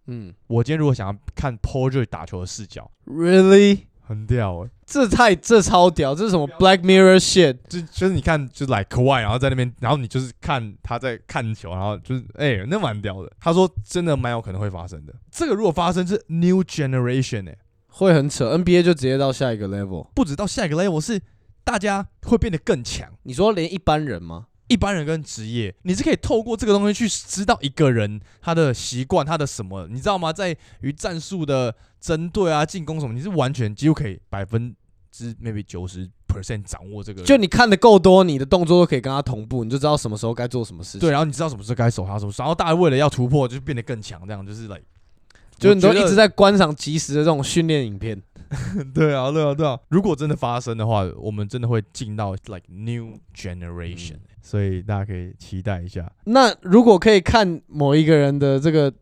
[SPEAKER 2] 嗯
[SPEAKER 1] 我今天如果想要看 Paul George 打球的视角，
[SPEAKER 2] ，really，
[SPEAKER 1] 很屌哎、
[SPEAKER 2] 这太这超屌，这是什么 Black Mirror shit？
[SPEAKER 1] 就就是你看，就 like Kawhi，然后在那边，然后你就是看他在看球，然后就是哎、那蛮屌的。他说真的蛮有可能会发生的。这个如果发生是 new generation 哎、
[SPEAKER 2] 会很扯，NBA 就直接到下一个 level。
[SPEAKER 1] 不止到下一个 level 是大家会变得更强。
[SPEAKER 2] 你说连一般人吗？
[SPEAKER 1] 一般人跟职业，你是可以透过这个东西去知道一个人他的习惯，他的什么，你知道吗？在于战术的针对啊、进攻什么，你是完全几乎可以百分之 maybe 九十 percent 掌握这个人。
[SPEAKER 2] 就你看的够多，你的动作都可以跟他同步，你就知道什么时候该做什么事情。
[SPEAKER 1] 对，，然后你知道什么时候该守他，什么时候，然后大家为了要突破，就变得更强，这样就是 like， <laughs>
[SPEAKER 2] 就是你都
[SPEAKER 1] 我觉
[SPEAKER 2] 一
[SPEAKER 1] 得
[SPEAKER 2] 直在观赏即时的这种训练影片。
[SPEAKER 1] 对啊，对啊，对啊。如果真的发生的话，我们真的会进到 like new
[SPEAKER 2] 嗯
[SPEAKER 1] generation，、所以大家可以期待一下。
[SPEAKER 2] 那如果可以看某一个人的这个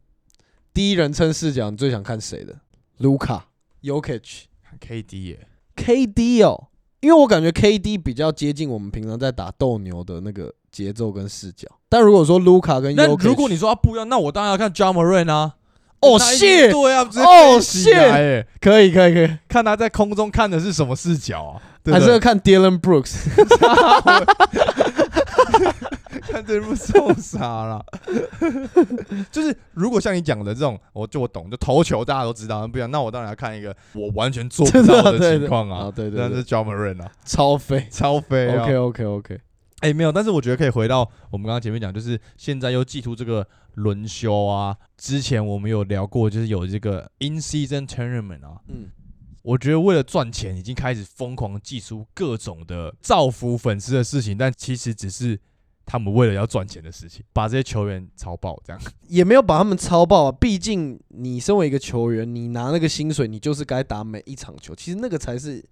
[SPEAKER 2] 第一人称视角，你最想看谁的？卢卡、Yokich、
[SPEAKER 1] KD 耶，
[SPEAKER 2] KD 哦，因为我感觉 KD 比较接近我们平常在打斗牛的那个节奏跟视角。但如果说卢卡跟 Yokich，
[SPEAKER 1] 那如果你说他啊不一样，那我当然要看 j a m a r a n 啊。
[SPEAKER 2] 哦
[SPEAKER 1] 他一定
[SPEAKER 2] shit，
[SPEAKER 1] 对啊，直接
[SPEAKER 2] 哦
[SPEAKER 1] 飞起来耶，
[SPEAKER 2] 可以可以可以，
[SPEAKER 1] 看他在空中看的是什么视角啊？对
[SPEAKER 2] 还
[SPEAKER 1] 不
[SPEAKER 2] 是要
[SPEAKER 1] 对？
[SPEAKER 2] 看 Dylan Brooks。
[SPEAKER 1] 看这部受傻了。 <laughs> 就是如果像你讲的这种，我就我懂，就投球大家都知道，不一样。那我当然要看一个我完全做不到
[SPEAKER 2] 对
[SPEAKER 1] 的
[SPEAKER 2] 对对
[SPEAKER 1] 情况
[SPEAKER 2] 啊
[SPEAKER 1] 啊。
[SPEAKER 2] 对对
[SPEAKER 1] 那
[SPEAKER 2] 对
[SPEAKER 1] 是 j a m a r a n 啊，
[SPEAKER 2] 超飞。
[SPEAKER 1] 超飞啊。
[SPEAKER 2] OK OK OK，
[SPEAKER 1] 哎、没有，但是我觉得可以回到我们刚刚前面讲，就是现在又寄出这个轮休啊。之前我们有聊过，就是有这个 in season tournament 啊，
[SPEAKER 2] 嗯，
[SPEAKER 1] 我觉得为了赚钱，已经开始疯狂祭出各种的造福粉丝的事情，但其实只是他们为了要赚钱的事情，把这些球员炒爆这
[SPEAKER 2] <laughs>
[SPEAKER 1] 样。
[SPEAKER 2] 也没有把他们超爆啊。毕竟你身为一个球员，你拿那个薪水，你就是该打每一场球。其实那个才是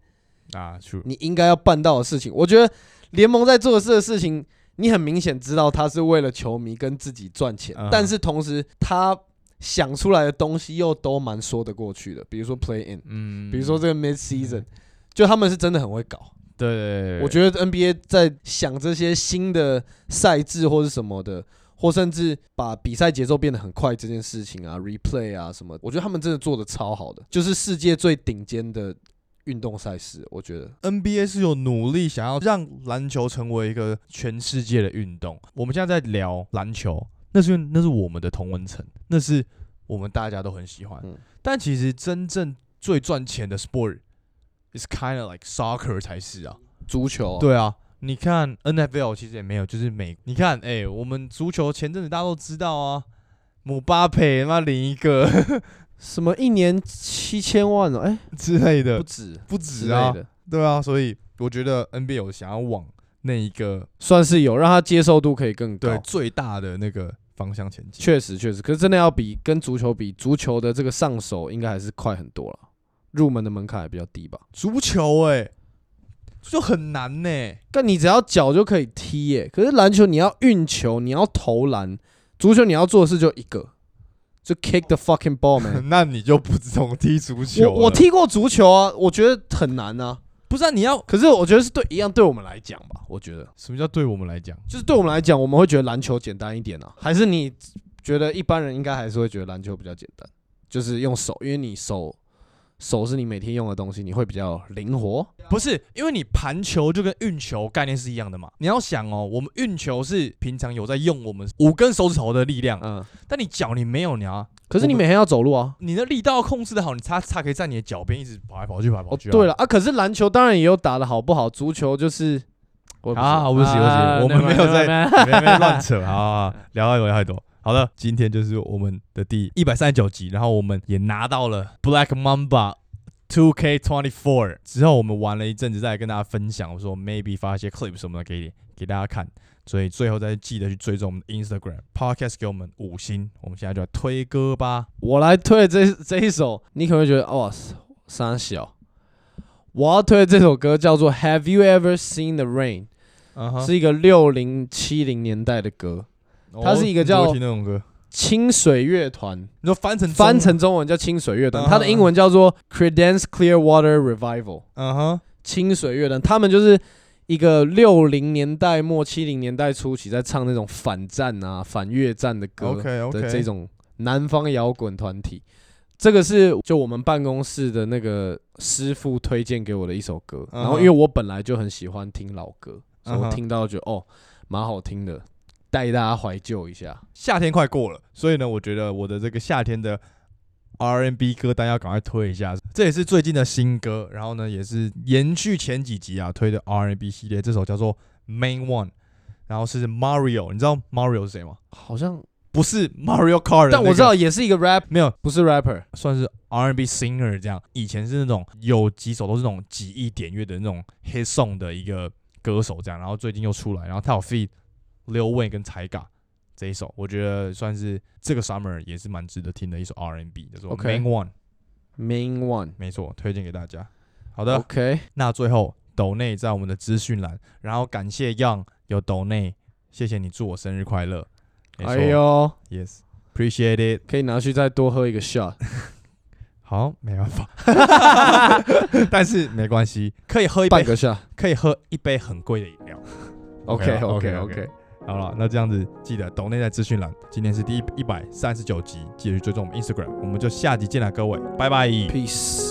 [SPEAKER 1] 啊，去
[SPEAKER 2] 你应该要办到的事情。我觉得联盟在做的事的事情，你很明显知道他是为了球迷跟自己赚钱，
[SPEAKER 1] 嗯
[SPEAKER 2] 但是同时他想出来的东西又都蛮说得过去的，比如说 play in，
[SPEAKER 1] 嗯
[SPEAKER 2] 比如说这个 mid season，、
[SPEAKER 1] 嗯
[SPEAKER 2] 就他们是真的很会搞。
[SPEAKER 1] 对对对，
[SPEAKER 2] 我
[SPEAKER 1] 得
[SPEAKER 2] 觉得 NBA 在想这些新的赛制或是什么的，或甚至把比赛节奏变得很快这件事情啊，replay 啊什么，我觉得他们真的做的超好的，就是世界最顶尖的运动赛事。我觉得
[SPEAKER 1] NBA 是有努力想要让篮球成为一个全世界的运动。我们现在在聊篮球，那是因为那是我们的同温层，那是我们大家都很喜欢。
[SPEAKER 2] 嗯
[SPEAKER 1] 但其实真正最赚钱的 sport is kind of like soccer 才是啊。
[SPEAKER 2] 足球、啊，
[SPEAKER 1] 对啊，你看 NFL 其实也没有，就是美，你看，哎、我们足球前阵子大家都知道啊，姆巴佩他妈领一个
[SPEAKER 2] 什么一年七千万哦，哎、
[SPEAKER 1] <laughs> 之类的
[SPEAKER 2] 不，止
[SPEAKER 1] 不
[SPEAKER 2] 之
[SPEAKER 1] 呃止
[SPEAKER 2] 类
[SPEAKER 1] 啊，
[SPEAKER 2] 的，
[SPEAKER 1] 对啊，所以我觉得 NBA 有想要往那一个
[SPEAKER 2] 算是有让他接受度可以更
[SPEAKER 1] 对
[SPEAKER 2] 高。
[SPEAKER 1] 最大的那个方向前进。
[SPEAKER 2] 确实确实，可是真的要比跟足球比，足球的这个上手应该还是快很多了，入门的门槛也比较低吧。
[SPEAKER 1] 足球、哎，足球很难欸呢、 <laughs>
[SPEAKER 2] 但你只要脚就可以踢耶、可是篮球你要运球，你要投篮；足球你要做的事就一个，就 kick the fucking
[SPEAKER 1] <laughs>
[SPEAKER 2] ball man。
[SPEAKER 1] 那你就不懂踢足球
[SPEAKER 2] 我我
[SPEAKER 1] 了
[SPEAKER 2] 踢过足球啊，我觉得很难啊。
[SPEAKER 1] 不是啊，你要
[SPEAKER 2] 可是我觉得是对一样，对我们来讲吧，我觉得
[SPEAKER 1] 什么叫对我们来讲？
[SPEAKER 2] 就是对我们来讲，我们会觉得篮球简单一点啊。还是你觉得一般人应该还是会觉得篮球比较简单，就是用手，因为你手手是你每天用的东西，你会比较灵活。
[SPEAKER 1] 不是，因为你盘球就跟运球概念是一样的嘛。你要想哦，我们运球是平常有在用我们五根手指头的力量，
[SPEAKER 2] 嗯，
[SPEAKER 1] 但你脚你没有，你要
[SPEAKER 2] 可是你
[SPEAKER 1] 我们
[SPEAKER 2] 每天要走路啊。
[SPEAKER 1] 你的力道控制的好，你擦擦可以在你的脚边一直跑来跑去，跑来跑
[SPEAKER 2] 哦，
[SPEAKER 1] 去、
[SPEAKER 2] 对了，啊，可是篮球当然也有打的好不好，足球就是我也不
[SPEAKER 1] 啊，
[SPEAKER 2] 知道
[SPEAKER 1] 好不行不行，我们没有在
[SPEAKER 2] 在
[SPEAKER 1] 别别乱扯 <laughs> 啊，聊太多聊太多。好的，今天就是我们的第一百三十九集，然后我们也拿到了 Black Mamba。Two K Twenty Four 之后，我们玩了一阵子，再来跟大家分享，我说 maybe 发一些 clip 什么的给给大家看，所以最后再记得去追踪我们的 Instagram Podcast，给我们五星。我们现在就来推歌吧。
[SPEAKER 2] <laughs> 我来推这这一首，你可能会觉得哇，三小。我要推的这首歌叫做《Have You Ever Seen the Rain
[SPEAKER 1] 嗯》，哼
[SPEAKER 2] 是一个六零七零年代的歌，它是一个
[SPEAKER 1] 哦你怎么
[SPEAKER 2] 叫
[SPEAKER 1] 会听那种歌，
[SPEAKER 2] 清水乐团
[SPEAKER 1] 你说翻成中
[SPEAKER 2] 翻，成中文叫清水乐团，它的
[SPEAKER 1] 嗯
[SPEAKER 2] 英文叫做 Credence Clearwater Revival。
[SPEAKER 1] 嗯哼，
[SPEAKER 2] 清水乐团，他们就是一个六零年代末七零年代初期在唱那种反战啊、反越战的歌
[SPEAKER 1] OK，OK
[SPEAKER 2] 的这种南方摇滚团体。这个是就我们办公室的那个师傅推荐给我的一首歌，
[SPEAKER 1] 嗯哼
[SPEAKER 2] 然后因为我本来就很喜欢听老歌，所以
[SPEAKER 1] 嗯
[SPEAKER 2] 我
[SPEAKER 1] 哼
[SPEAKER 2] 听到就哦蛮好听的，带大家怀旧一下。
[SPEAKER 1] 夏天快过了，所以呢，我觉得我的这个夏天的 R&B 歌单要赶快推一下，这也是最近的新歌，然后呢，也是延续前几集啊推的 R&B 系列，这首叫做 Main One，然后是 Mario，你知道 Mario 是谁吗？
[SPEAKER 2] 好像，
[SPEAKER 1] 不是 Mario Kart，的那
[SPEAKER 2] 但我
[SPEAKER 1] 个
[SPEAKER 2] 知道也是一个 rap，
[SPEAKER 1] 没有，
[SPEAKER 2] 不是 rapper。
[SPEAKER 1] 算是 R&B singer 这样。以前是那种有几首都是那种几亿点阅的那种 hit song 的一个歌手这样，然后最近又出来，然后他有 feed Lil Wayne 跟 Tyga 这一首，我觉得算是这个 summer 也是蛮值得听的一首 R&B 叫做
[SPEAKER 2] OK
[SPEAKER 1] Main One，
[SPEAKER 2] Main One，
[SPEAKER 1] 没错，推荐给大家。好的，
[SPEAKER 2] OK，
[SPEAKER 1] 那最后抖内在我们的资讯栏，然后感谢 Young 有抖内，谢谢你祝我生日快乐。没错
[SPEAKER 2] 哎呦，
[SPEAKER 1] ，Yes。Appreciate it，
[SPEAKER 2] 可以拿去再多喝一
[SPEAKER 1] <laughs>
[SPEAKER 2] 个 shot。
[SPEAKER 1] 好，没办 <laughs> 法，但是没关系，可以喝一杯
[SPEAKER 2] 半个下。
[SPEAKER 1] 可以喝一杯很贵的饮料。
[SPEAKER 2] OK OK
[SPEAKER 1] OK，OK，OK
[SPEAKER 2] OK，
[SPEAKER 1] 好了，那这样子记得抖内在资讯栏。今天是第一一百三十九集，记得去追踪我们 Instagram，我们就下集见了，各位，拜拜。
[SPEAKER 2] Peace。